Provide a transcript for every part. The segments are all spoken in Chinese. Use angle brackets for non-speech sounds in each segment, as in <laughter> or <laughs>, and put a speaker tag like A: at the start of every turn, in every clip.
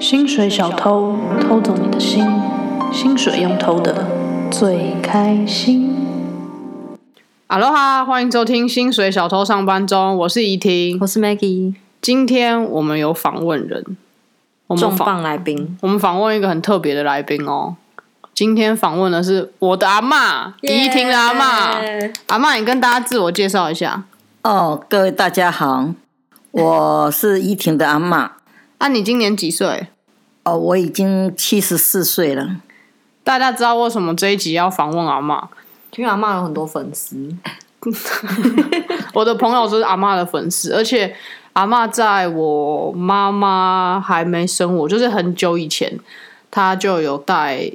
A: 薪水小偷偷走你的心，薪水用偷的最开心。
B: 哈喽哈，欢迎收听《薪水小偷上班中》，我是怡婷。
C: 我是 Maggie，
B: 今天我们有访问人，我们
C: 重
B: 访
C: 磅来宾，
B: 我们访问一个很特别的来宾哦。今天访问的是我的阿嬷，怡婷的阿嬷。阿嬷，你跟大家自我介绍一下。
D: 哦，各位大家好，我是怡婷的阿嬷。
B: 啊，你今年几岁？
D: 哦，我已经七十四岁了。
B: 大家知道为什么这一集要访问阿嬷？
C: 因为阿妈有很多粉丝，
B: 我的朋友就是阿嬷的粉丝，而且阿嬷在我妈妈还没生我，就是很久以前，她就有带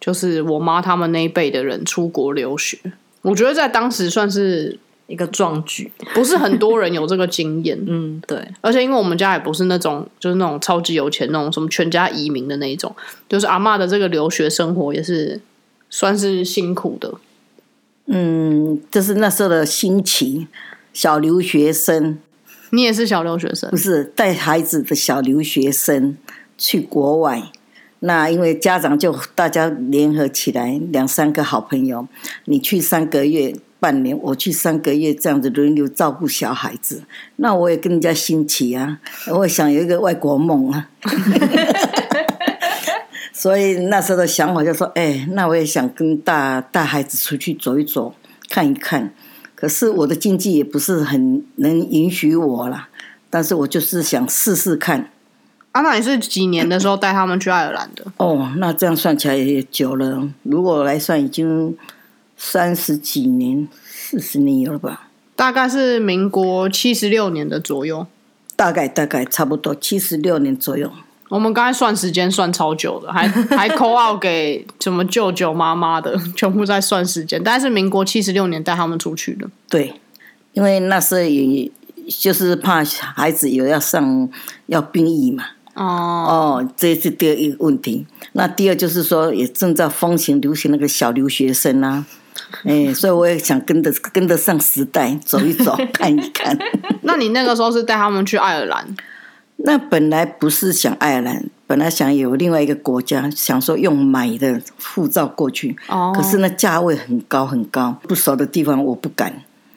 B: 就是我妈他们那一辈的人出国留学。我觉得在当时算是
C: 一个壮举。
B: 不是很多人有这个经验， <laughs>
C: 嗯，对，
B: 而且因为我们家也不是那种就是那种超级有钱那种什么全家移民的那一种，就是阿嬷的这个留学生活也是算是辛苦的。
D: 嗯，这是那时候的兴起，小留学生
B: 你也是小留学生
D: 不，是带孩子的小留学生去国外。那因为家长就大家联合起来，两三个好朋友，你去三个月、半年，我去三个月，这样子轮流照顾小孩子。那我也跟人家兴起啊， <laughs> 我想有一个外国梦啊。 <laughs> 所以那时候的想法就说，哎，那我也想跟大大孩子出去走一走，看一看。可是我的经济也不是很能允许我啦，但是我就是想试试看。
B: 啊，那你是几年的时候带他们去爱尔兰的？
D: 哦，那这样算起来也久了，如果来算已经三十几年、四十年有了吧，
B: 大概是民国七十六年的左右。
D: 大概大概差不多七十六年左右。
B: 我们刚才算时间算超久的，还还扣号给什么舅舅妈妈的，全部在算时间。但是民国七十六年带他们出去的，
D: 对，因为那时候也就是怕孩子有要上要兵役嘛，
B: 哦、
D: 哦，这是第一个问题。那第二就是说，也正在风行流行那个小留学生啊，哎，所以我也想跟得跟得上时代，走一走， <laughs> 看一看。
B: 那你那个时候是带他们去爱尔兰？
D: 那本来不是想爱尔兰，本来想有另外一个国家，想说用买的护照过去，
B: 哦
D: 可是那价位很高很高，不熟的地方我不敢。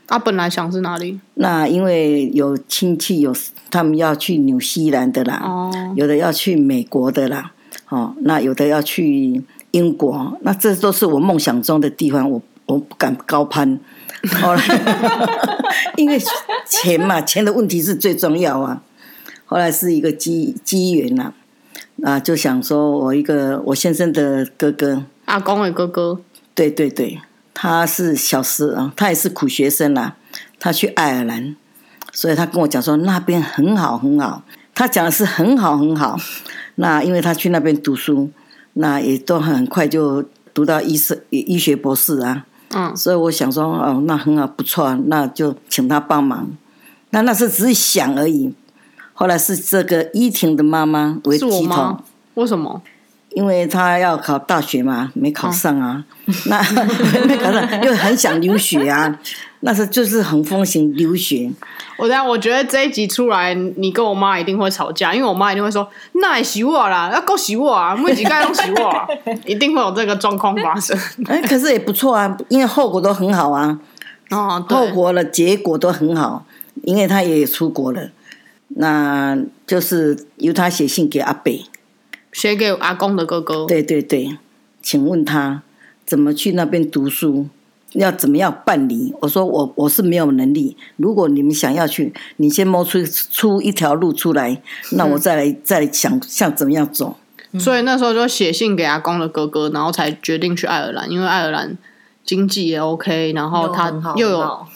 B: 啊，本来想是哪里？
D: 那因为有亲戚有他们要去纽西兰的啦，
B: 哦、
D: 有的要去美国的啦，哦，那有的要去英国，那这都是我梦想中的地方，我我不敢高攀。后来， <laughs> 因为钱嘛，钱的问题是最重要啊。后来是一个机机缘呐、啊，啊，就想说我一个我先生的哥哥，
B: 阿公的哥哥，
D: 对对对，他是小时啊，他也是苦学生啦、他去爱尔兰，所以他跟我讲说那边很好很好，他讲的是很好很好。那因为他去那边读书，那也都很快就读到医生医学博士啊，
B: 嗯，
D: 所以我想说哦，那很好不错，那就请他帮忙。那那是只是想而已。后来是这个依婷的妈妈为
B: 是我
D: 鸡头
B: 妈，。为什么？
D: 因为他要考大学嘛，没考上啊， <laughs> 那没考上又很想留学啊， <laughs> 那时候就是很风行留学，
B: 我等下，我觉得这一集出来，你跟我妈一定会吵架，因为我妈一定会说：“那也洗我啦，要够洗我啊，每几盖都洗我啊！”一定会有这个状况发生。
D: 哎，可是也不错啊，因为后果都很好啊，
B: 哦，对
D: 后果了结果都很好，因为他也出国了，那就是由他写信给阿北，
B: 写给阿公的哥哥。
D: 对对对，请问他怎么去那边读书？要怎么样办理？我说我我是没有能力。如果你们想要去，你先摸出出一条路出来，那我再来再来想想怎么样
B: <laughs>
D: 走。
B: 所以那时候就写信给阿公的哥哥，然后才决定去爱尔兰，因为爱尔兰经济也 OK，然后他
C: 很好
B: 哦又
C: 很
B: 有
C: 好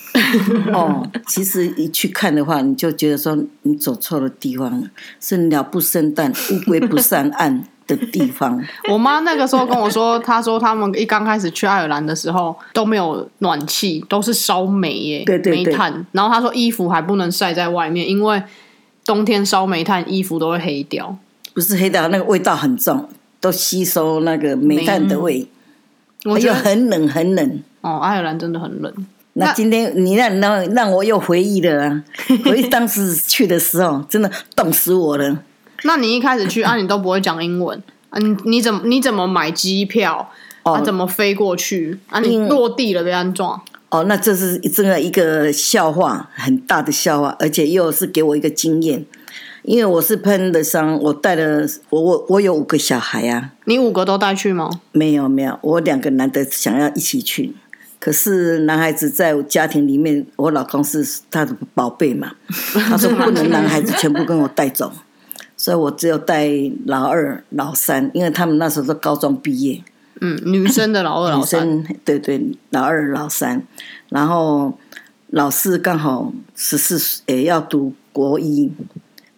D: 哦，其实一去看的话，你就觉得说你走错了地方了，是鸟不生蛋、乌龟不上岸的地
B: <laughs>
D: 方。
B: 我妈那个时候跟我说，她说他们一刚开始去爱尔兰的时候都没有暖气，都是烧煤耶，
D: 对对对
B: 煤炭。然后她说衣服还不能晒在外面，因为冬天烧煤炭，衣服都会黑掉。
D: 不是黑道那个味道很重，都吸收那个煤炭的味，
B: 我
D: 还
B: 觉
D: 有
B: 得
D: 很冷很冷。
B: 哦，爱尔兰真的很冷。那
D: 那今天你让让让我又回忆了、啊，回忆当时去的时候，真的冻死我了。
B: 那你一开始去啊，你都不会讲英文啊？你你怎么你怎么买机票？啊，怎么飞过去？啊，你落地了被安撞？
D: 哦，那这是真的一个笑话，很大的笑话，而且又是给我一个经验，因为我是喷的伤，我带了我我我有五个小孩啊，
B: 你五个都带去吗？
D: 没有没有，我两个男的想要一起去，可是男孩子在我家庭里面，我老公是他的宝
B: <laughs>
D: 贝嘛，他说不能男孩子全部跟我带走，所以我只有带老二、老三，因为他们那时候都高中毕业，
B: 嗯，女生的老二老
D: <laughs> 女
B: 三，
D: 生对对，老二、老三，然后老四刚好十四岁，也要读国一，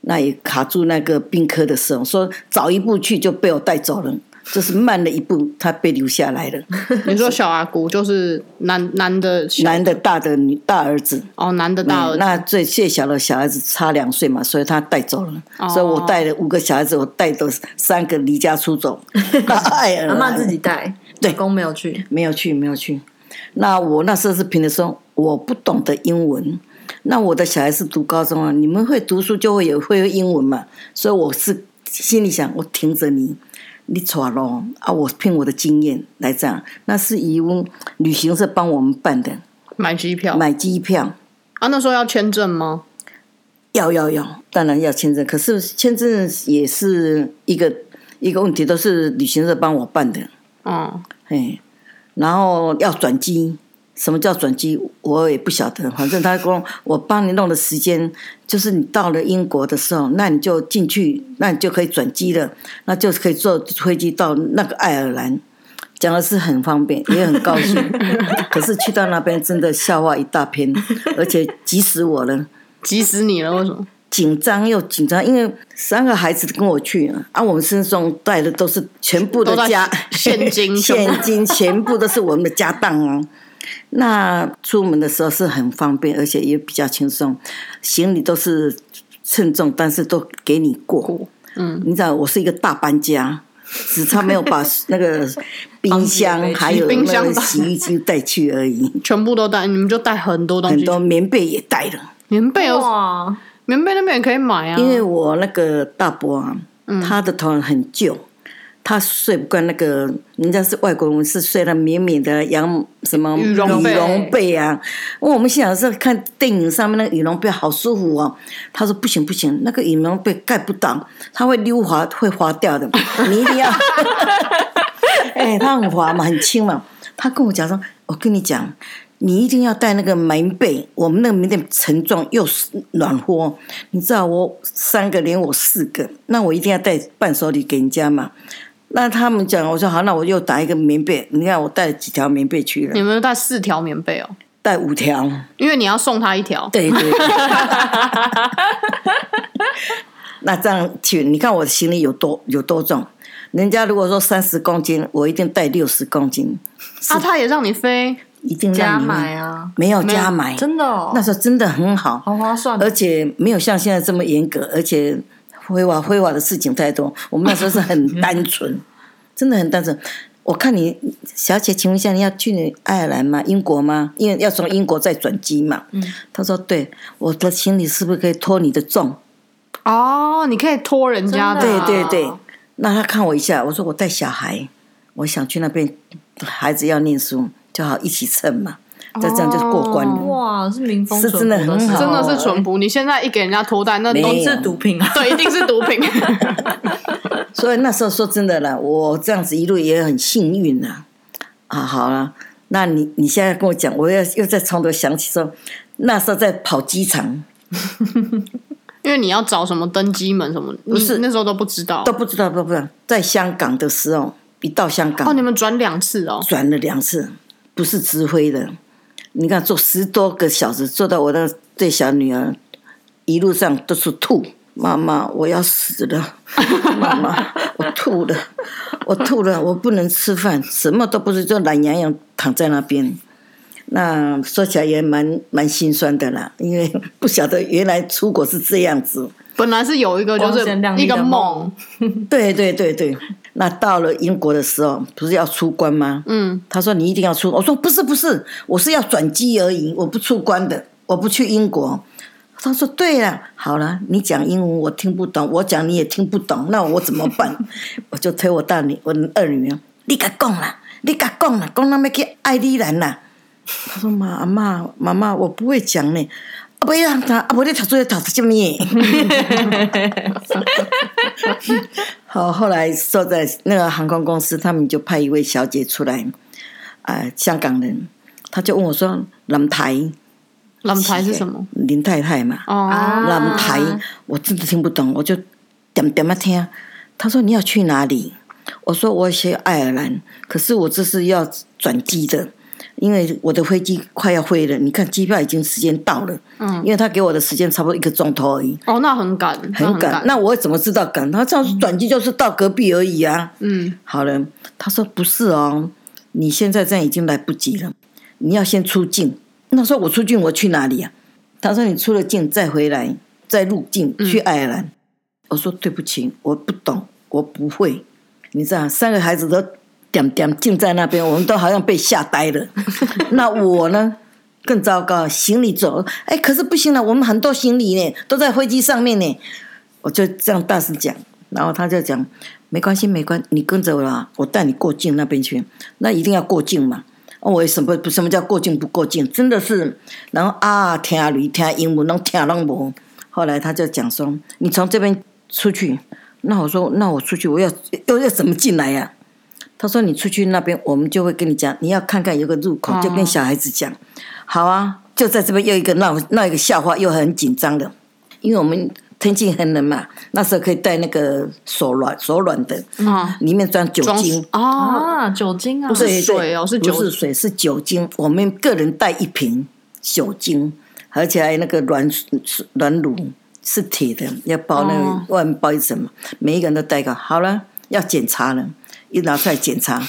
D: 那也卡住那个病科的时候，说早一步去就被我带走了，就是慢了一步，他被留下来了。
B: 你说小阿姑就是男男的小
D: 男的大的女大儿子，
B: 哦，男的大
D: 嗯
B: 儿子
D: 那最最小的小孩子差两岁嘛，所以他带走了，所以我带了五个小孩子，我带的三个离家出走， <laughs> 到爱尔
C: 阿
D: 兰
C: 妈自己带，
D: 呃对
C: 老公没有去，
D: 没有去，没有去。那我那时候是凭的说我不懂得英文，那我的小孩是读高中啊，你们会读书就会有会英文嘛，所以我是心里想，我听着你，你错咯啊，我凭我的经验来这样，那是义乌旅行社帮我们办的，
B: 买机票
D: 买机票。
B: 啊，那时候要签证吗？
D: 要要要，当然要签证。可是签证也是一个一个问题，都是旅行社帮我办的。
B: 嗯，
D: 哎，然后要转机，什么叫转机？我也不晓得。反正他说我帮你弄的时间，就是你到了英国的时候，那你就进去，那你就可以转机了，那就可以坐飞机到那个爱尔兰。讲的是很方便，也很高兴。 <laughs> 可是去到那边真的笑话一大篇，而且急死我了。
B: 急死你了，为什么？
D: 紧张又紧张，因为三个孩子跟我去啊，啊我们身上带的都是全部的
B: 都在
D: 家
B: 现
D: <laughs>
B: 金全部
D: 现金全部都是我们的家当啊。那出门的时候是很方便，而且也比较轻松，行李都是称重，但是都给你过。嗯，你知道我是一个大搬家，只差没有把 <laughs> 那个冰
C: 房子也
D: 箱
C: 没去
D: 还有
B: 冰
D: 那
B: 箱
D: 个
B: 带
D: 洗衣机带去
B: <laughs>
D: 而已，
B: 全部都带，你们就带很多东
D: 很
B: 西。
D: 多棉被也带了。
B: 棉被有
C: 哇，
B: 棉被那边也可以买啊，嗯
D: 因为我那个大伯啊，他的头很旧，他睡不惯那个，人家是外国人，是睡那绵绵的羊什么
B: 羽绒被
D: 绒被啊。因为我们想是看电影上面那个羽绒被好舒服哦，他说不行不行，那个羽绒被盖不到，它会溜滑会滑掉的，你一定要。哎、它很滑嘛，很轻嘛。他跟我讲说，我跟你讲，你一定要带那个棉被，我们那个棉被沉重又暖和。你知道我三个连我四个，那我一定要带伴手礼给人家嘛。那他们讲，我说好，那我又打一个棉被。你看我带了几条棉被去
B: 你
D: 了，
B: 们带四条棉被哦，
D: 带五条。
B: 因为你要送他一条。
D: 对对。 <laughs> 那这样去，你看我的行李有多有多重？人家如果说三十公斤，我一定带六十公斤，
B: 啊，他也让你飞，
D: 一定
C: 加
D: 让你
C: 买啊，
D: 没有加买，
C: 真的哦，
D: 那时候真的很好，
C: 好划算哦，
D: 而且没有像现在这么严格，而且挥华挥华的事情太多。我们那时候是很
C: <laughs>
D: 单纯，真的很单纯。我看你，小姐，请问一下，你要去爱尔兰吗？英国吗？因为要从英国再转机嘛。嗯，他说：“对，我的行李是不是可以拖你的重
B: 哦，你可以拖人家的，
C: 真？”的
D: 对
C: 啊
D: 对对。那他看我一下，我说：“我带小孩，我想去那边，孩子要念书，就好一起蹭嘛。”就这样就过关了。
C: 哦哇，是民风
D: 是真的
C: 淳朴
D: 很好
C: 时
B: 真
C: 候
B: 的是淳朴。你现在一给人家拖带，那
D: 没
B: 东
D: 有
C: 是毒品啊，
B: 对一定是毒
D: <laughs>
B: 品。
D: 所以那时候说真的啦，我这样子一路也很幸运啦。啊，好了，那你你现在跟我讲，我要又再从头想起说，那时候在跑机场
B: 因为你要找什么登机门什么，你
D: 是
B: 那时候都不知道
D: 都。不知道，都不知道，在香港的时候，一到香
B: 哦，
D: 港
B: 你们转两次哦，
D: 转了两次，不是直飞的，你看坐十多个小时，坐到我那对小女儿一路上都是吐，妈妈我要死了，妈妈我吐了，我吐了，我不能吃饭，什么都不是，就懒洋洋躺在那边。那说起来也蛮蛮心酸的啦，因为不晓得原来出国是这样子。
B: 本来是有一个就
C: 光
B: 是
C: 鲜亮
B: 一
C: 丽
B: 个
C: 的
B: 梦，，
D: 对对对对，那到了英国的时候，不是要出关吗？
B: 嗯，
D: 他说你一定要出，我说不是不是，我是要转机而已，我不出关的，我不去英国。他说对了，好了，你讲英文我听不懂，我讲你也听不懂，那我怎么办？我就推我大女，我二女儿，你甲讲啦，你甲讲啦，讲咱要去爱尔兰啦。他说妈阿妈妈妈，我不会讲呢。啊，不让他，啊，无你读书要读什么？好，后来坐在那个航空公司，他们就派一位小姐出来，啊、香港人，她就问我说：“南台
B: 冷台是什么？
D: 林太太嘛，
B: 哦，
C: 啊
D: 南台，我真的听不懂，我就点点啊听。”她说：“你要去哪里？”我说：“我去爱尔兰，可是我这是要转机的，因为我的飞机快要飞了。你看机票已经时间到了，嗯，因为他给我的时间差不多一个钟头而已。”
B: 哦，那很赶，那
D: 很赶，那我怎么知道赶？他这样转机就是到隔壁而已啊。
B: 嗯，
D: 好了，他说不是哦，你现在这样已经来不及了，你要先出境。那时候我出境我去哪里啊？他说你出了境再回来，再入境去爱尔兰。我说对不起，我不懂，我不会。你知道，三个孩子都点点静在那边，我们都好像被吓呆了。那我呢？更糟糕，行李走，哎，可是不行了，我们很多行李呢，都在飞机上面呢。我就这样大声讲，然后他就讲，没关系，没关你跟着我啦，我带你过境那边去，那一定要过境嘛。哦我什么什么叫过境不过境？真的是，然后啊，听驴听英文，拢听拢无。后来他就讲说，你从这边出去，那我说，那我出去，我要又要怎么进来呀、他说：“你出去那边，我们就会跟你讲，你要看看有个入
B: 哦
D: 口，就跟小孩子讲。好啊，就在这边又一个闹闹一个笑话，又很紧张的，因为我们天气很冷嘛，那时候可以带那个手软手软的，
B: 啊，
D: 里面装酒
B: 装
D: 精，
B: 啊，
C: 啊，酒精啊，
B: 不是
D: 对对
B: 水哦是酒
D: 不是水是酒精，我们个人带一瓶酒精，而且还有那个软软乳是铁的，要包那
B: 哦
D: 个外面包一层嘛，每一个人都带一个。好了，要检查了，一拿出来检查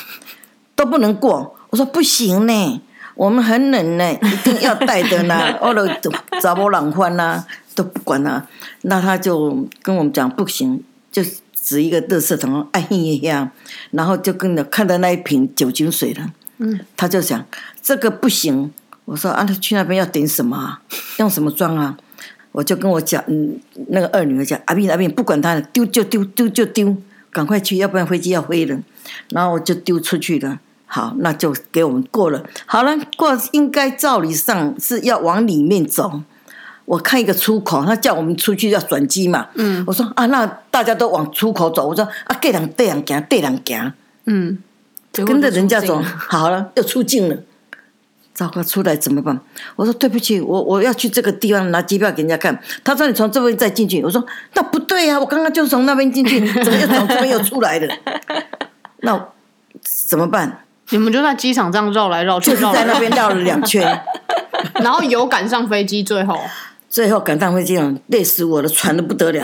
D: 都不能过，我说不行呢。我们很冷呢，一定要带的呢。我都找我朗欢呐，都不管啦、那他就跟我们讲不行，就指一个垃圾桶，哎呀，然后就跟着看到那一瓶酒精水了。嗯，他就讲这个不行。我说啊，那去那边要点什么、啊？用什么装啊？我就跟我讲，嗯，那个二女儿讲，阿斌阿斌，不管他了，丢就丢，丢就丢，赶快去，要不然飞机要飞了。然后我就丢出去了。好，那就给我们过了。好了，过应该照理上是要往里面走。我看一个出口，他叫我们出去要转机嘛。嗯，我说啊，那大家都往出口走。我说啊，对人对人行，对人行。
B: 嗯，
C: 结果
D: 跟着
C: 就
D: 人家
C: 出境
D: 走，
C: 了
D: 好了，又出境了，糟糕，出来怎么办？我说对不起，我我要去这个地方拿机票给人家看。他说你从这边再进去，我说那不对啊，我刚刚就从那边进去，怎么又从这边又出来了？那怎么办？
B: 你们就在机场这样绕来绕去，
D: 就是
B: 绕
D: 在
B: 来
D: 那边绕了两圈， <laughs>
B: 然后有赶上飞机，最后
D: 最后赶上飞机场，累死我了，喘的不得了，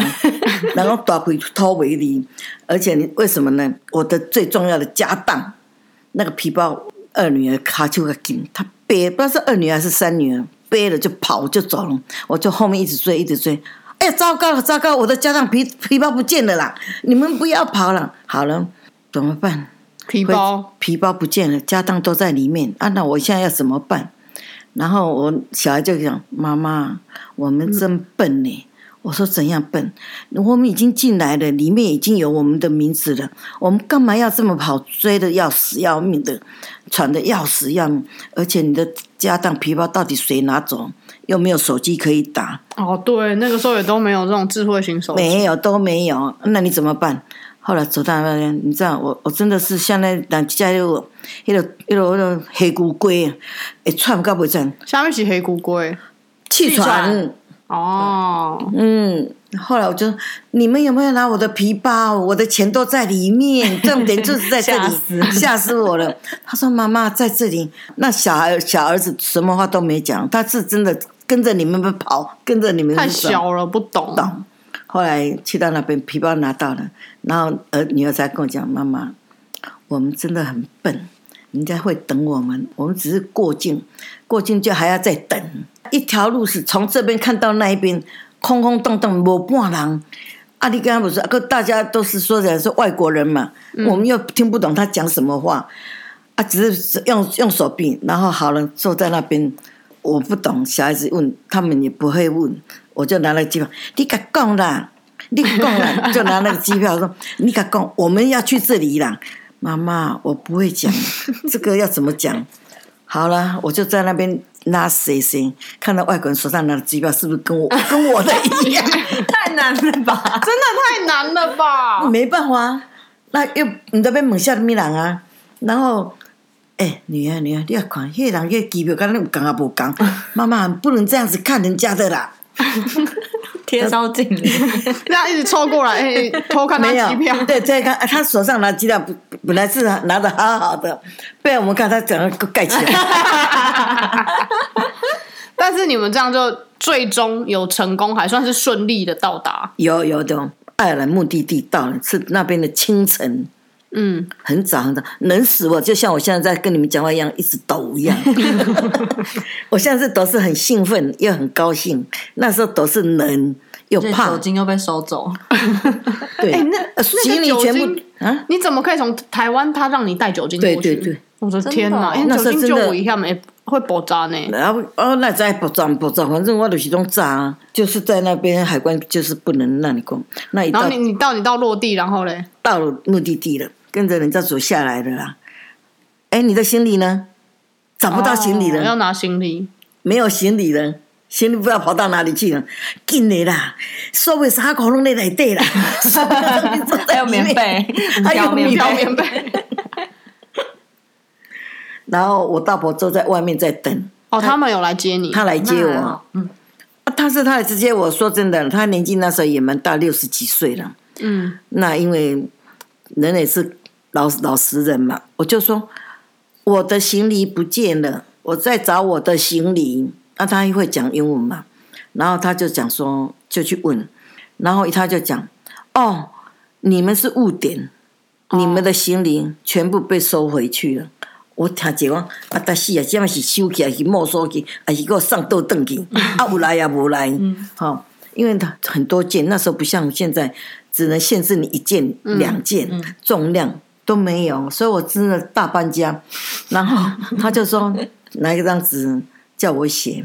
D: 然后打回头为例，而且你为什么呢？我的最重要的家当，那个皮包，二女儿卡就个紧，她背不知道是二女儿还是三女儿，背了就跑就走了，我就后面一直追一直追，哎呀，糟糕了糟糕，我的家当皮皮包不见了啦！你们不要跑了，好了，怎么办？
B: 皮
D: 会
B: 包
D: 皮包不见了，家当都在里面啊！那我现在要怎么办？然后我小孩就讲：“妈妈，我们真笨呢。我说：“怎样笨？我们已经进来了，里面已经有我们的名字了，我们干嘛要这么跑？追的要死要命的，喘的要死要命，而且你的家当皮包到底谁拿走？又没有手机可以打，
B: 哦，对，那个时候也都没有这种智慧型手机，
D: 没有，都没有。那你怎么办？后来走到那边，你知道，我我真的是像那人家那个那个那个那个黑乌龟啊，会喘到不喘，
B: 下面是黑乌龟
D: 气
B: 气
D: 喘
B: 喘。哦，
D: 嗯，后来我就说你们有没有拿我的皮包？我的钱都在里 <laughs> 面，重点就是在这里，吓死我了。他说：“妈妈在这里。”那小孩小儿子什么话都没讲，他是真的跟着你们们跑，跟着你们
B: 太
D: 走
B: 小了，不懂，
D: 懂。后来去到那边，皮包拿到了，然后儿女儿才跟我讲：“妈妈，我们真的很笨，人家会等我们，我们只是过境，过境就还要再等。一条路是从这边看到那一边，空空洞洞，无半人。啊，你刚刚不是，可大家都是说的是外国人嘛，我们又听不懂他讲什么话。”啊，只是用用手臂，然后好了，坐在那边，我不懂，小孩子问他们也不会问，我就拿了机票，你敢讲啦？ <laughs> 你讲啦，就拿那个机票说， <laughs> 你敢讲？我们要去这里啦，妈妈，我不会讲这个要怎么讲。 <laughs> 好了，我就在那边拉谁谁，看到外国人手上拿的机票是不是跟我跟我的一样？
C: 太难了吧？
B: 真的太难了吧？
D: 没办法啊，那又你在边问下面人啊，然后。哎、女儿，女儿，你要看，迄个人迄个机票，敢若有讲啊无讲，妈妈不能这样子看人家的啦。
C: <laughs> 贴烧镜，
B: <laughs> 这样一直凑过来，
D: <laughs>
B: 哎，偷看他
D: 没有
B: 机票，
D: 对，再看、啊、他手上拿机票，本本来是拿的好好的，被我们看他整个盖起
B: <laughs>
D: 来。
B: 但是你们这样就最终有成功，还算是顺利的到达。
D: 有有的，爱尔兰目的地到了，是那边的清晨，
B: 嗯，
D: 很早很早，冷死我，就像我现在在跟你们讲话一样，一直抖
B: <laughs>
D: 一样。我现在是抖是很兴奋又很高兴，那时候抖是冷又
C: 这
D: 怕
C: 酒，精又被收走，
D: 对，
B: 哎那那个
D: 行李
B: 酒
D: 全部
B: 精
D: 啊，
B: 你怎么可以从台湾他让你带酒精过
D: 对
B: 去？
D: 对对。
B: 我的天哪！哎
C: 真
D: 的哦
B: 酒精
D: 那时
B: 救
D: 候真的
B: 我一下没会爆炸呢。
D: 然后哦，那在不涨不涨，反正我就是拢炸啊，就是在那边海关就是不能让你过。那一
B: 然
D: 到
B: 后你你到你到落地，然后嘞，
D: 到了目的地了，跟着人家走下来了啦。哎，你的行李呢？找不到行李
B: 哦
D: 了，
B: 要拿行李。
D: 没有行李了，行李不知道跑到哪里去了，进来啦，所有沙口弄在内底啦，所有东西都在
C: <laughs> 还有棉
D: 里面
C: 被，
D: 还有
C: 条
D: 棉
B: 飘
C: 被，
B: 棉
D: <laughs>
B: 被。
D: 然后我大伯就在外面在等，
B: 哦，他们有来接你。
D: 他来接我。
C: 那还好嗯，
D: 啊但是他来直接我说真的，他年纪那时候也蛮大，六十几岁了。
B: 嗯，
D: 那因为人也是老老实人嘛，我就说我的行李不见了，我在找我的行李。那、他会讲英文嘛，然后他就讲说就去问，然后他就讲哦，你们是误点，你们的行李全部被收回去了。我听者讲，啊，但是啊，这嘛是收起来，是没收去，还是给我送倒转去，啊，有来也无来，吼、因为它很多件，那时候不像现在，只能限制你一件、两件，重量都没有，所以我真的大搬家。然后他就说，拿一张纸叫我写，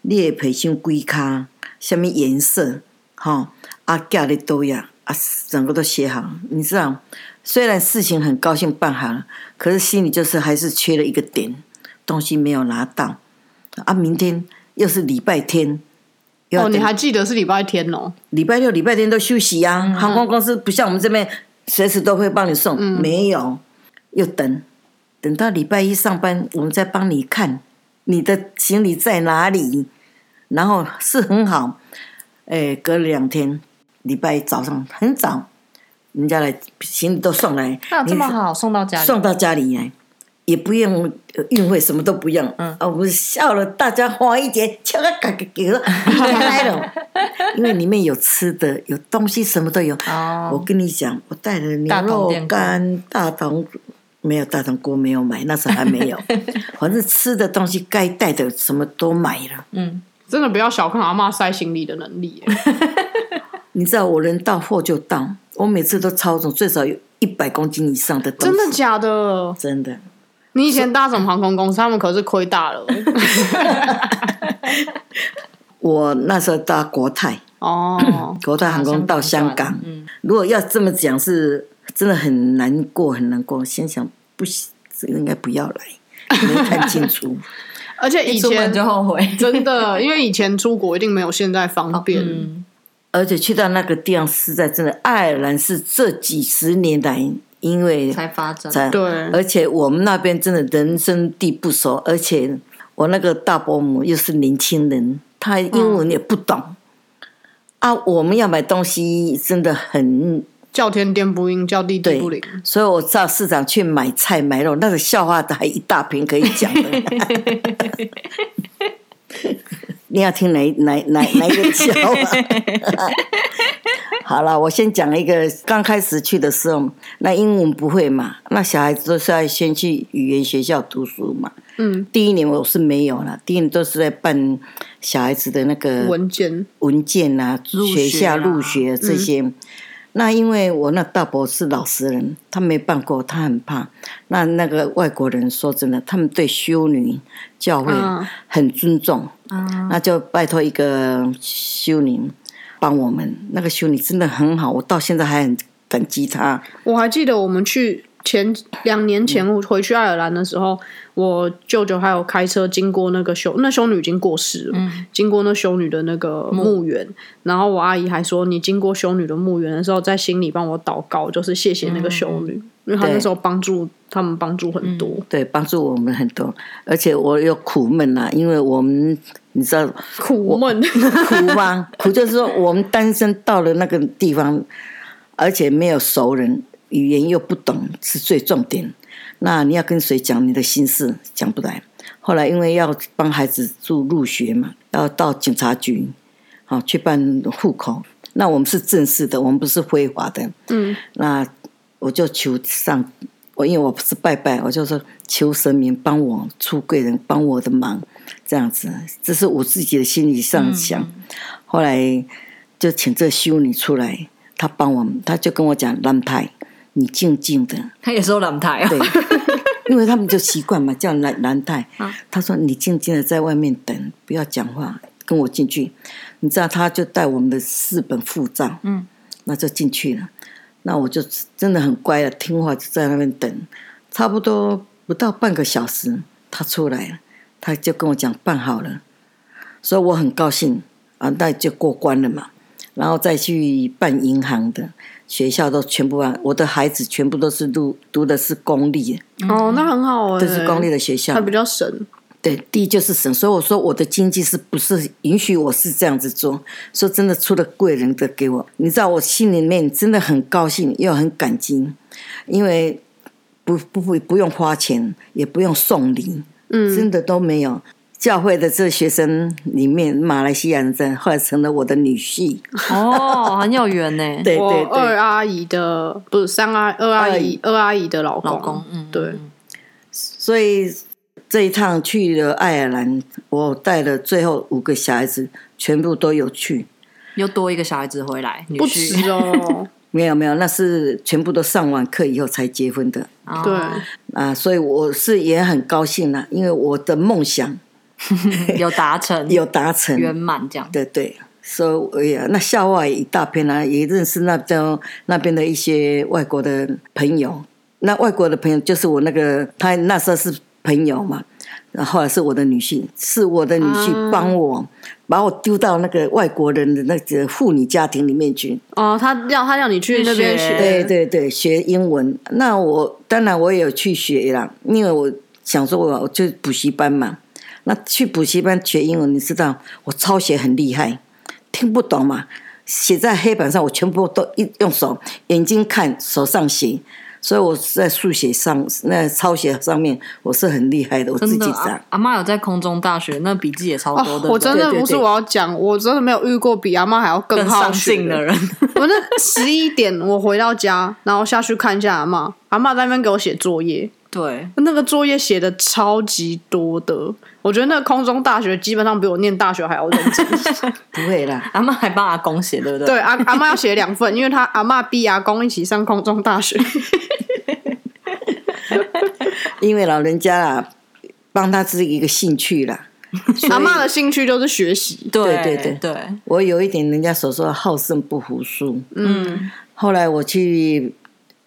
D: 你的皮箱几卡，什么颜色，吼、啊，寄咧倒呀，啊，整个都写好了，你知道。虽然事情很高兴办好了，可是心里就是还是缺了一个点，东西没有拿到。啊，明天又是礼拜天，又要
B: 哦，你
D: 等
B: 还记得是礼拜天哦？
D: 礼拜六、礼拜天都休息呀、
C: 嗯
D: 航空公司不像我们这边随时都会帮你送，
C: 嗯
D: 没有，又等，等到礼拜一上班，我们再帮你看你的行李在哪里。然后是很好，哎，隔了两天，礼拜一早上很早，人家来行李都送来，
C: 那这
D: 你
C: 么好送到家里，
D: 送到家里来，也不用呃运费，什么都不用。嗯，啊，我笑了，大家欢一节，敲个嘎嘎 <laughs> 给了，开了，因为里面有吃的，有东西，什么都有。
C: 哦
D: 我跟你讲，我带了牛
C: 大同
D: 肉
C: 电锅
D: 干、大同。没有大同锅没有买，那时候还没有。反正吃的东西该带的什么都买了。
C: 嗯，
B: 真的不要小看阿妈塞行李的能
D: <laughs>
B: 力耶。
D: 你知道我人到货就到，我每次都超重，最少有一百公斤以上的东西。
B: 真的假的？
D: 真的，
B: 你以前搭什么航空公司？他们可是亏大
D: <laughs>
B: 了
D: 我那时候搭国泰，
B: 哦。
D: 国泰
C: 啊
D: 航空到香港，
C: 嗯，
D: 如果要这么讲是真的很难过，很难过。心想不行，这个应该不要来，没看清
C: <laughs>
D: 楚。
B: 而且以
C: 一出
B: 前
C: 门就后
D: <laughs>
C: 悔，
B: 真的，因为以前出国一定没有现在方
D: 哦
B: 便。
C: 嗯，
D: 而且去到那个地方，实在真的，爱尔兰是这几十年来因为
C: 才发展，
D: 才
B: 对
D: 而且我们那边真的人生地不熟，而且我那个大伯母又是年轻人，她英文也不懂。
C: 嗯
D: 啊，我们要买东西真的很
B: 叫天天不应，叫地地
D: 对
B: 不灵。，
D: 所以我到市场去买菜买肉，那个笑话的还一大瓶可以讲
B: <laughs>
D: 的。你要听哪一哪哪哪一个笑话？ <laughs> 好了，我先讲一个，刚开始去的时候，那英文不会嘛，那小孩子都是要先去语言学校读书嘛。
B: 嗯，
D: 第一年我是没有了，第一年都是在办小孩子的那个
B: 文件
D: 文件啊、
C: 入学嗯
D: 学校
C: 啦
D: 入学这些。那因为我那大伯是老实人，他没办过，他很怕。那那个外国人说真的，他们对修女教会
B: 嗯
D: 很尊重，
C: 啊，
D: 那就拜托一个修女帮我们。那个修女真的很好，我到现在还很感激她。
B: 我还记得我们去前两年前
D: 嗯
B: 我回去爱尔兰的时候，我舅舅还有开车经过那个修，那修女已经过世了，
D: 嗯
B: 经过那修女的那个墓园，然后我阿姨还说，你经过修女的墓园的时候，在心里帮我祷告，就是谢谢那个修
D: 嗯
B: 女，因为她那时候帮助他们帮助很多。
D: 对，帮助我们很多，而且我有苦闷呐、因为我们你知道
B: 苦闷，
D: <laughs> 苦吗？苦就是说我们单身到了那个地方，而且没有熟人，语言又不懂，是最重点。那你要跟谁讲你的心事，讲不来。后来因为要帮孩子住入学嘛，要到警察局，好、去办户口。那我们是正式的，我们不是非法的。
B: 嗯，
D: 那我就求上，我因为我不是拜拜，我就说求神明帮我出贵人，帮我的忙，这样子，这是我自己的心里上想。后来就请这修女出来，她帮我，她就跟我讲南台，你静静的，
C: 他也说蓝台啊 <laughs>
D: 对，因为他们就习惯嘛，叫南南泰。他说你静静的在外面等，不要讲话，跟我进去。你知道，他就带我们的四本护照，
C: 嗯，
D: 那就进去了。那我就真的很乖了，听话就在那边等，差不多不到半个小时，他出来了，他就跟我讲办好了，所以我很高兴啊，那就过关了嘛。然后再去办银行的学校都全部啊，我的孩子全部都是读读的是公立的，
B: <laughs> 哦，那很好哎、
D: 都嗯是公立的学校
B: 她。比较省，
D: 对，第一就是神，所以我说我的经济是不是允许我是这样子做？说真的，出了贵人的给我，你知道我心里面真的很高兴，又很感激，因为不不不不用花钱，也不用送礼，
B: 嗯，
D: 真的都没有。教会的这学生里面，马来西亚人在后来成了我的女婿，
C: 哦，很有缘呢。
D: 对
B: 我
D: 对
B: 二
D: 对，
B: 阿姨的不是三阿二阿姨二阿姨的老公，
C: 老公，嗯，
B: 对，
D: 所以这一趟去了爱尔兰，我带了最后五个小孩子，全部都有去。
C: 又多一个小孩子回来，女
B: 不
C: 婿，
B: 止
C: <laughs>
B: 哦，
D: 没有没有，那是全部都上完课以后才结婚的
C: 哦
D: <laughs>
B: 对，
D: 啊，所以我是也很高兴啦，因为我的梦想
C: 有达成，
D: 有达成，
C: 圆满这样。
D: 对对，所以我也那校外一大片啊，也认识那边那边的一些外国的朋友。那外国的朋友就是我那个，他那时候是朋友嘛，然后后来是我的女婿，是我的女
B: 啊
D: 婿帮我、把我丢到那个外国人的那个妇女家庭里面去。
B: 哦，他让他让你去那边
C: 去
B: 学，
C: 学
D: 对对对，学英文。那我当然我也有去学啦，因为我想说我我去补习班嘛。那去补习班学英文，你知道我抄写很厉害，听不懂嘛，写在黑板上，我全部都一用手眼睛看，手上写。所以我在数学上、那抄写上面，我是很厉害的，我自
C: 真
D: 己
C: 的，啊
D: 讲
C: 阿。阿妈有在空中大学，那笔记也超多
B: 哦，
C: 的。
B: 我真的
D: 对对
B: 不是
D: 对
B: 我要讲，我真的没有遇过比阿妈还要更
C: 更
B: 好
C: 上
B: 学 <laughs>
C: 进的。人，
B: 我那十一点我回到家，然后下去看一下阿妈，阿妈在那边给我写作业，
C: 对，
B: 那个作业写的超级多的，我觉得那个空中大学基本上比我念大学还要认
C: <laughs>
B: 真。
D: 不会啦，
C: 阿妈还帮阿公写， <laughs> 对不对？
B: 对，阿阿妈要写两份，因为她阿妈逼阿啊公一起上空中大学。
D: 因为老人家啦，帮他是一个兴趣啦。
B: 阿妈的兴趣就是学习，
C: 对
D: 对
C: 对嗯
D: 对
C: 对，
D: 我有一点人家所说的好胜不服输，
B: 嗯，
D: 后来我去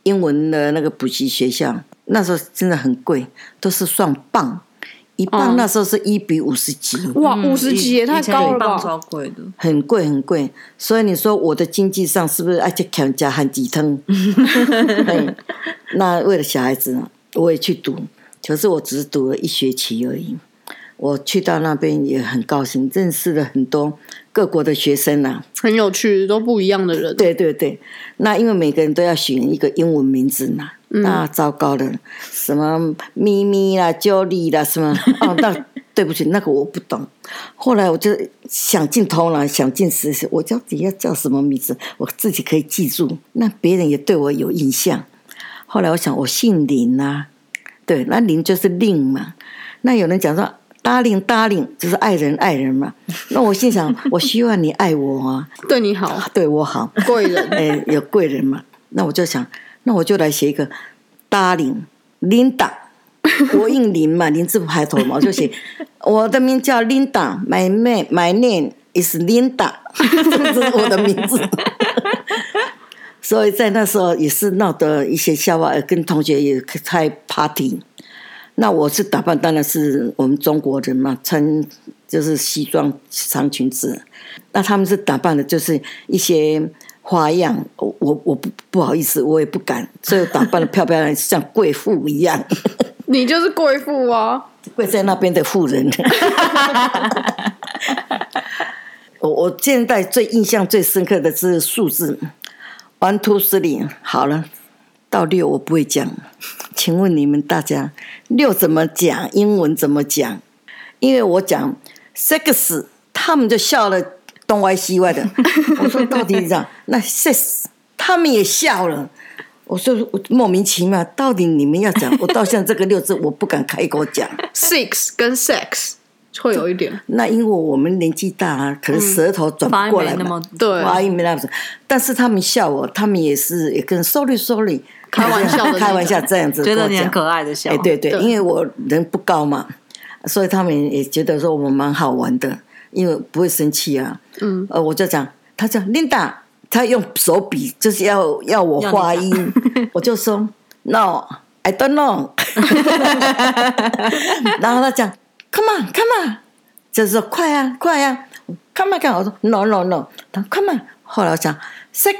D: 英文的那个补习学校，那时候真的很贵，都是算磅，一
B: 嗯
D: 磅那时候是一比五十几，
B: 哇，
C: 嗯
B: 五十级也太高了
C: 棒
B: 吧！
C: 超贵的，
D: 很贵很贵。所以你说我的经济上是不是爱去砍加含几汤？嗯那为了小孩子呢，我也去读，可是我只读了一学期而已。我去到那边也很高兴，认识了很多各国的学生啊。
B: 很有趣，都不一样的人。
D: 对对对，那因为每个人都要选一个英文名字嘛，那糟糕了，什么咪咪啦、Jolly 啦，什么哦，那对不起，那个我不懂。后来我就想尽头脑，想尽实事，我到底要叫什么名字，我自己可以记住，那别人也对我有印象。后来我想，我姓林啊，对，那林就是令嘛。那有人讲说 darling darling，就是爱人爱人嘛。那我心想，我希望你爱我啊，
B: 对你好，
D: 对我好，
B: 贵人，
D: 哎，有贵人嘛。那我就想，那我就来写一个 darling
B: <laughs>
D: Linda，国应林嘛，林字不排头嘛，我就写 <laughs> 我的名叫 Linda，my name my name is
B: <laughs>
D: Linda，这是我的名字。 <laughs> 所以在那时候也是闹得一些笑话，呃跟同学也开 party。那我是打扮，当然是我们中国人嘛，穿就是西装长裙子。那他们是打扮的，就是一些花样。我我我不不好意思，我也不敢，所以打扮的漂漂亮，亮，像贵妇一样，
B: 你就是贵妇啊！
D: 跪在那边的妇人。 <laughs> 我我现在最印象最深刻的是数字，one two three，好了，到六我不会讲，请问你们大家六怎么讲？英文怎么讲？因为我讲 sex，他们就笑了东歪西歪的。我说到底讲那 sex，他们也笑了。我说我莫名其妙，到底你们要讲？我到现在这个六字我不敢开口讲。
B: six 跟 sex 会有一点，
D: 那因为我们年纪大了、可能舌头转不过
C: 发
D: 来
C: 音没那
D: 嘛
C: 么，
B: 对
D: 发音没那么准。但是他们笑我，他们也是也跟 sorry sorry
B: 开玩笑的那种
D: <laughs> 开玩笑这样子
C: 觉
D: 跟
C: 得
D: 我
C: 你很
D: 讲。
C: 可爱的笑。
D: 哎，对对，
B: 对
D: 因为我人不高嘛，所以他们也觉得说我们蛮好玩的，因为不会生气啊。
B: 嗯，
D: 呃，我就讲，他讲 Linda，他用手比就是要要我
C: 要你
D: 发
C: 讲
D: 音， <laughs> 我就说 No，I don't know 。然后他讲 Come on，Come on，就是说快啊快啊，Come on，come on，我说 No No No，他说 Come on，后来我想 Six。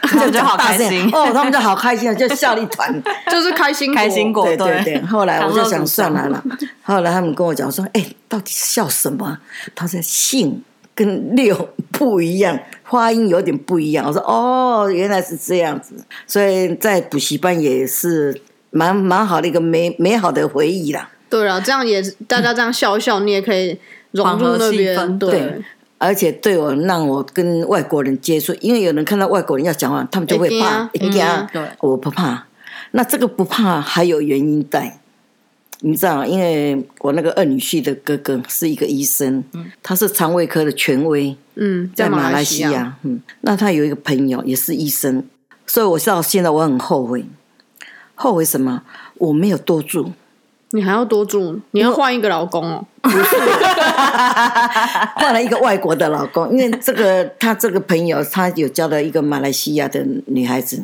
C: 他 <laughs> 们就
D: 讲
C: 好
D: 大
C: 开
D: 声
C: 心
D: 哦，他们就好开心啊，就笑了一团。
B: 就是开心
C: 开心果
D: 对对对，后来我就想算了。
C: 糖
D: 啦。后来他们跟我讲说，哎，到底笑什么？啊他说性跟六不一样，发音有点不一样。我说哦，原来是这样子，所以在补习班也是蛮蛮好的一个美美好的回忆啦。
B: 对啊了，这样也大家这样笑一笑，你也可以融
C: 缓
B: 入
C: 和
B: 那
C: 气
B: 边，
C: 氛
B: 对
D: 对，而且对我让我跟外国人接触，因为有人看到外国人要讲话，他们就会
B: 会
D: 怕
B: 怕，
D: 会
C: 嗯对
D: 我不怕。那这个不怕还有原因在，你知道，因为我那个二女婿的哥哥是一个医生，他是肠胃科的权威，
B: 嗯，
D: 嗯在
B: 马
D: 马来
B: 西
D: 西，亚，嗯，那他有一个朋友也是医生，所以我到现在我很后悔，后悔什么？我没有多住，
B: 你还要多住，你要换一个老公哦，
D: 换了一个外国的老公，因为这个 <laughs> 他这个朋友他有交了一个马来西亚的女孩子，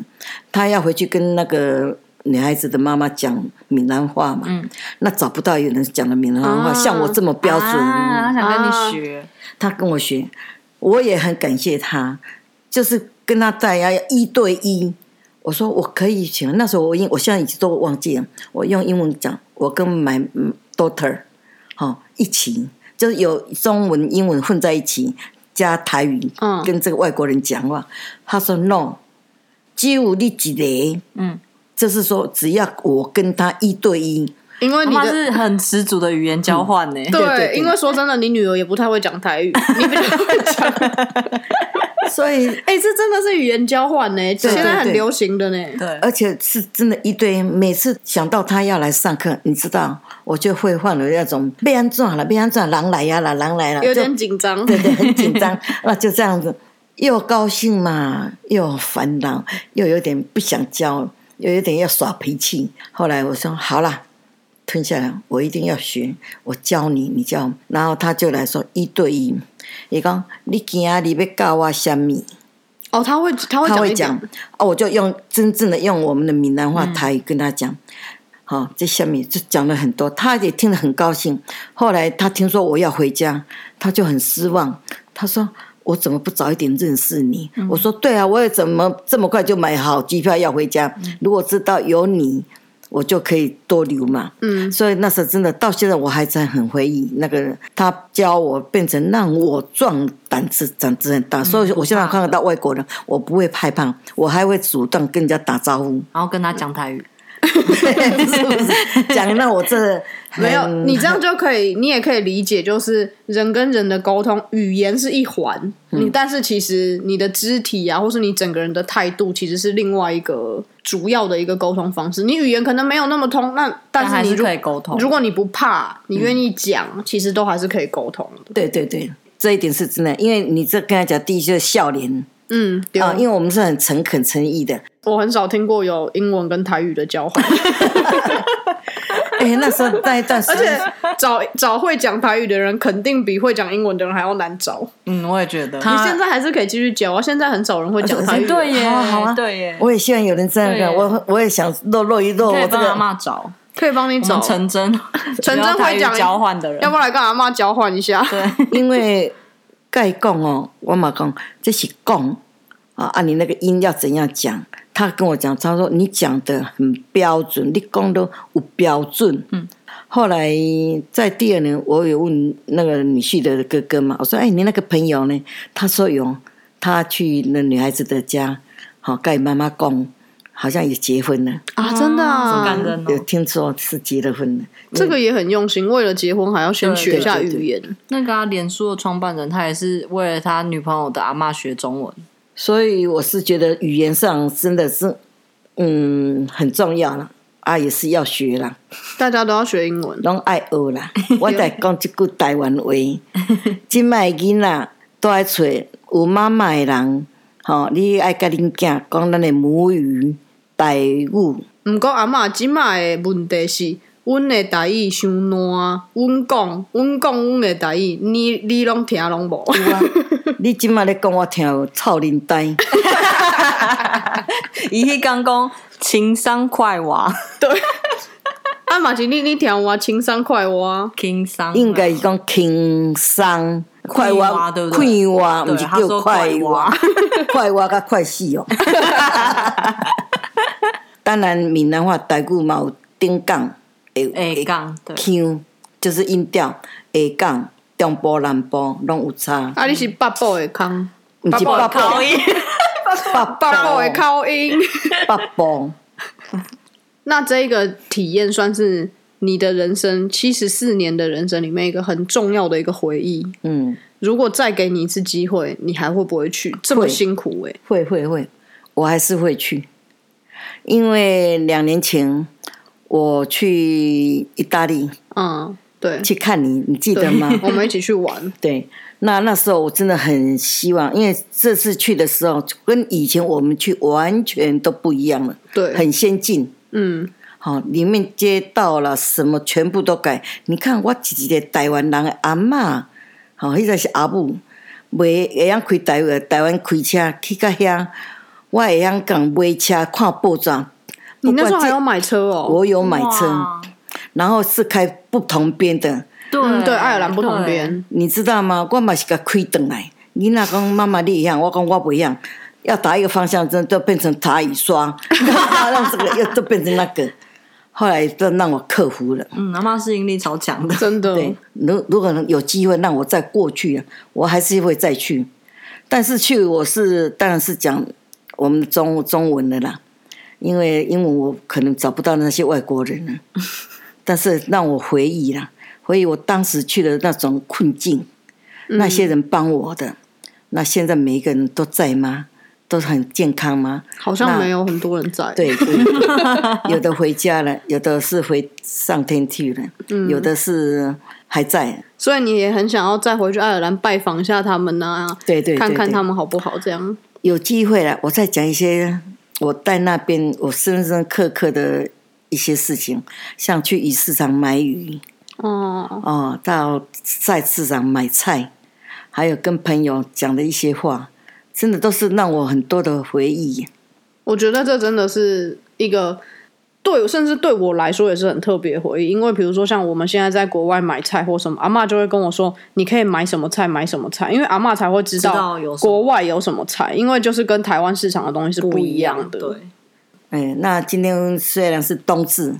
D: 他要回去跟那个女孩子的妈妈讲闽南话嘛，
C: 嗯
D: 那找不到有人讲的闽南话，
B: 啊
D: 像我这么标准，
C: 啊，他想跟你学，
D: 他跟我学，我也很感谢他，就是跟他在要一对一。我说我可以请，那时候我英，我现在已经都忘记了，我用英文讲，我跟 my daughter 好、一起，就是有中文、英文混在一起，加台语，
B: 嗯
D: 跟这个外国人讲话。他说 no，只有你一个，
C: 嗯，
D: 就是说只要我跟他一对一，
B: 因为
C: 妈
B: 你
C: 哦妈
B: 的。嗯
C: 是很十足的语言交换呢。
D: 对对
B: 对，
D: 对
B: 因为说真的，你女儿也不太会讲台语，你比较会讲。
D: 所以
B: 哎，这真的是语言交换呢，现在很流行的呢。
C: 对，
D: 而且是真的一对一，每次想到他要来上课，你知道，我就会患了那种被安转了，被安转，狼来呀啦，狼来了，
B: 有
D: 就
B: 点紧张，
D: 对对，很紧
B: <laughs>
D: 张，那就这样子，又高兴嘛，又烦恼，又有点不想教，又有点要耍脾气。后来我说好啦，吞下来，我一定要学，我教你，你教我。然后他就来说一对一，伊讲你今仔日要教我什么？
B: 哦，他会，他会
D: 他
B: 讲
D: 会
B: 一
D: 讲
B: 点，
D: 哦，我就用真正的用我们的闽南话台语跟他讲。好、这下面就讲了很多，他也听得很高兴。后来他听说我要回家，他就很失望。他说：“我怎么不早一点认识你？”
B: 嗯
D: 我说：“对啊，我也怎么这么快就买好机票要回家？
B: 嗯
D: 如果知道有你，我就可以多留嘛。”
B: 嗯，
D: 所以那时候真的到现在我还在很回忆那个他教我变成让我壮胆子胆子很
B: 嗯
D: 大，所以我现在
B: <laughs>
D: 看得到外国人，我不会害怕，我还会主动跟人家打招呼。
C: 然后跟他讲台语，
D: 是不是？讲让我这
B: 没有，
C: 嗯
D: 很
B: 你这样就可以，你也可以理解，就是人跟人的沟通，语言是一环，
C: 嗯
B: 你但是其实你的肢体啊，或是你整个人的态度，其实是另外一个主要的一个沟通方式。你语言可能没有那么通，那但
C: 还
B: 是你
C: 是
B: 如
C: 可以沟通。
B: 如果你不怕，你愿意讲，其实都还是可以沟通的。
D: 对对对，这一点是真的，因为你这刚才讲第一就是笑脸
B: 嗯，对，
D: 啊，因为我们是很诚恳诚意的。
B: 我很少听过有英文跟台语的交
C: <laughs>
B: 换，
D: 哎，那时候那一段时
B: 而且
D: 间，
B: 找找会讲台语的人，肯定比会讲英文的人还要难找。
C: 嗯，我也觉得。
B: 你现在还是可以继续教啊，现在很少人会讲台语。
C: 哎对耶，
D: 好啊好啊
C: 对耶，
D: 我也希望有人这样
C: 对
D: 干，我我也想露露一露
C: 可
D: 我
C: 以
D: 这
C: 帮阿 <laughs>
D: 个。
C: 妈找，
B: 可以帮你
C: 我
B: 找
C: 们，陈真，陈 <laughs>
B: 真会讲
C: 交换的人，
B: 要不然来跟阿妈交换一下。
C: 对，
D: 因为盖讲哦，我嘛讲这是讲啊，按你那个音要怎样讲？他跟我讲，他说你讲的很标准，你讲的有标准。嗯。后来在第二年，我有问那个女婿的哥哥嘛，我说：“哎，你那个朋友呢？”他说有，他去那女孩子的家，好、跟妈妈讲，好像也结婚了，
B: 啊，真的
C: 很
B: 啊
C: 感，人
D: 有
C: 哦。
D: 听说是结了婚了。
B: 这个也很用心，为了结婚还要先学一下语言。
C: 那个啊，脸书的创办人，他也是为了他女朋友的阿妈学中文，
D: 所以我是觉得语言上真的是，嗯，很重要了。啊，也是要学啦，
B: 大家都要学英文，
D: 拢爱学啦。我在讲一句台湾话，即卖囡仔都爱找有妈妈的人，吼、你爱甲恁囝讲咱的母语台语。
B: 毋过阿嬷即卖的问题是，阮的台语伤烂，啊阮讲，阮讲阮的台语，你你拢听拢无。
D: 你即卖咧讲我听有臭恁呆，
C: 伊迄刚讲情商快娃，
B: <laughs> 啊嘛是你你听我情商快活啊，
C: 情商
D: 应该是讲轻松。快活，
C: 活啊对不对
D: 快活，
C: 对
D: 毋是
C: 他
D: 叫
C: 说
D: 快
C: 快
D: 活
C: 活，
D: <laughs> 快活甲快死
C: <laughs>
D: 哦。当然，闽南话台语嘛有顶港、会
C: 会讲对。
D: 腔，就是音调下港、中部、南部拢有差，
B: 啊你是北部的腔，
D: 毋是北部、
C: 口音，
B: 北
D: 北
B: 部的
D: 部、
B: 口音。 <laughs>
D: 北部。
B: 那这个体验算是你的人生七十四年的人生里面一个很重要的一个回忆。
D: 嗯，
B: 如果再给你一次机会，你还会不会去？这么辛苦哎、
D: 会会会，我还是会去，因为两年前我去意大利
B: 嗯，对，
D: 去看你，你记得
B: 对
D: 吗？
B: <laughs> 我们一起去玩，
D: <laughs> 对，那那时候我真的很希望，因为这次去的时候跟以前我们去完全都不一样了，
B: 对，
D: 很先进。
B: 嗯，
D: 好、里面街道啦，什么全部都改。你看我自己的台湾人的阿嬷，好、迄个是阿母，袂会晓开台湾台湾开车去到遐，我会晓讲买车看报纸。
B: 你那时候
D: 不管
B: 还
D: 这
B: 要买车哦，
D: 我有买车，
C: 哇，
D: 然后是开不同边的。
C: 对、
B: 嗯，对，爱尔兰不同
C: 对，
B: 边，
D: 嗯你知道吗？我嘛是甲开转来，囡仔讲妈妈你一样，我讲我不一样，要打一个方向针，都变成打雨刷， <laughs> 让这个又都变成那个。后来都让我克服了。
C: 嗯，阿妈适应力超强的，
B: 真的，
D: 对，如如果能有机会让我再过去啊，我还是会再去。但是去我是当然是讲我们中中文的啦，因为英文我可能找不到那些外国人
B: <laughs>
D: 了。但是让我回忆啦，回忆我当时去的那种困境，
B: 嗯
D: 那些人帮我的。那现在每一个人都在吗？都很健康吗？
B: 好像
D: 那
B: 没有很多人在，
D: 对对，对有的回家了，有的是回上天去了，有的是还在。
B: 所以你也很想要再回去爱尔兰拜访一下他们呐、
D: 对对对
B: 看看
D: 对
B: 他们好不好，这样，
D: 有机会了，我再讲一些我在那边我深深刻刻的一些事情，像去鱼市场买鱼
B: 哦，
D: 哦，到菜市场买菜，还有跟朋友讲的一些话，真的都是让我很多的回忆。
B: 我觉得这真的是一个对，甚至对我来说也是很特别的回忆。因为比如说像我们现在在国外买菜或什么，阿嬷就会跟我说，你可以买什么菜，买什么菜，因为阿嬷才会知
C: 知
B: 道
C: 道有什么
B: 国外有什么菜，因为就是跟台湾市场的东西是不一样的。
C: 对，
D: 哎，那今天虽然是冬至，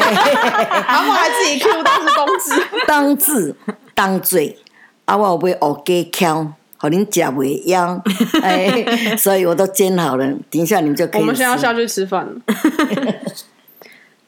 B: 阿嬷还自己 Q 当是冬至，
D: 冬至冬嘴，啊，我有要学鸡敲，互恁食袂 <laughs> 枵，哎，所以我都煎好了，等一下你们就可以
B: 我
D: 吃。
B: 们现在要下去吃饭了。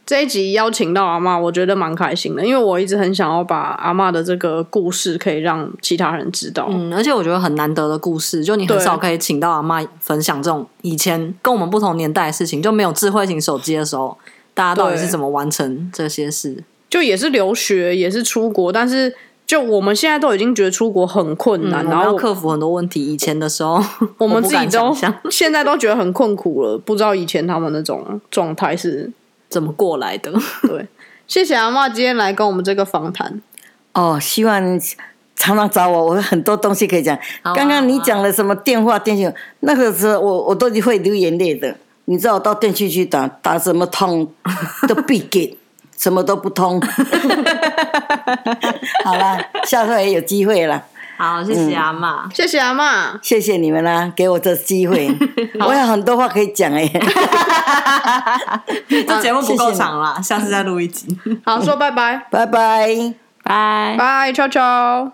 B: 这一集邀请到阿嬷，我觉得蛮开心的，因为我一直很想要把阿嬷的这个故事可以让其他人知道。
C: 嗯，而且我觉得很难得的故事，就你很
B: 对
C: 少可以请到阿妈分享这种以前跟我们不同年代的事情，就没有智慧型手机的时候，大家到底
B: 对
C: 是怎么完成这些事？
B: 就也是留学，也是出国，但是就我们现在都已经觉得出国很困
C: 嗯，
B: 难，
C: 我们
B: 然
C: 要
B: 后
C: 克服很多问题。以前的时候，
B: 我们
C: 不
B: 自己
C: 敢
B: 都
C: 想象
B: <laughs> 现在都觉得很困苦了，不知道以前他们那种状态是。
C: <laughs> 怎么过来的？
B: 对，谢谢阿嬷今天来跟我们这个访谈。
D: 哦，希望常常找我，我有很多东西可以讲。
C: 啊
D: 刚刚你讲了什么电话、电信，那个时候我我都会流眼泪的。你知道我到电信去打打什么 <laughs> 通都必给，什么都不通。 <laughs> 好啦，下回有机会啦，
C: 好，谢谢阿妈。
B: 谢谢阿嬷，
D: 谢谢你们啦，给我这机会，我有很多话可以讲哎、
C: <laughs> 这节目不
D: 谢谢
C: 够
D: 你
C: 长啦，下次再录一集。
B: 好说拜拜，
D: 拜拜。
C: 拜。
B: 拜，悄悄。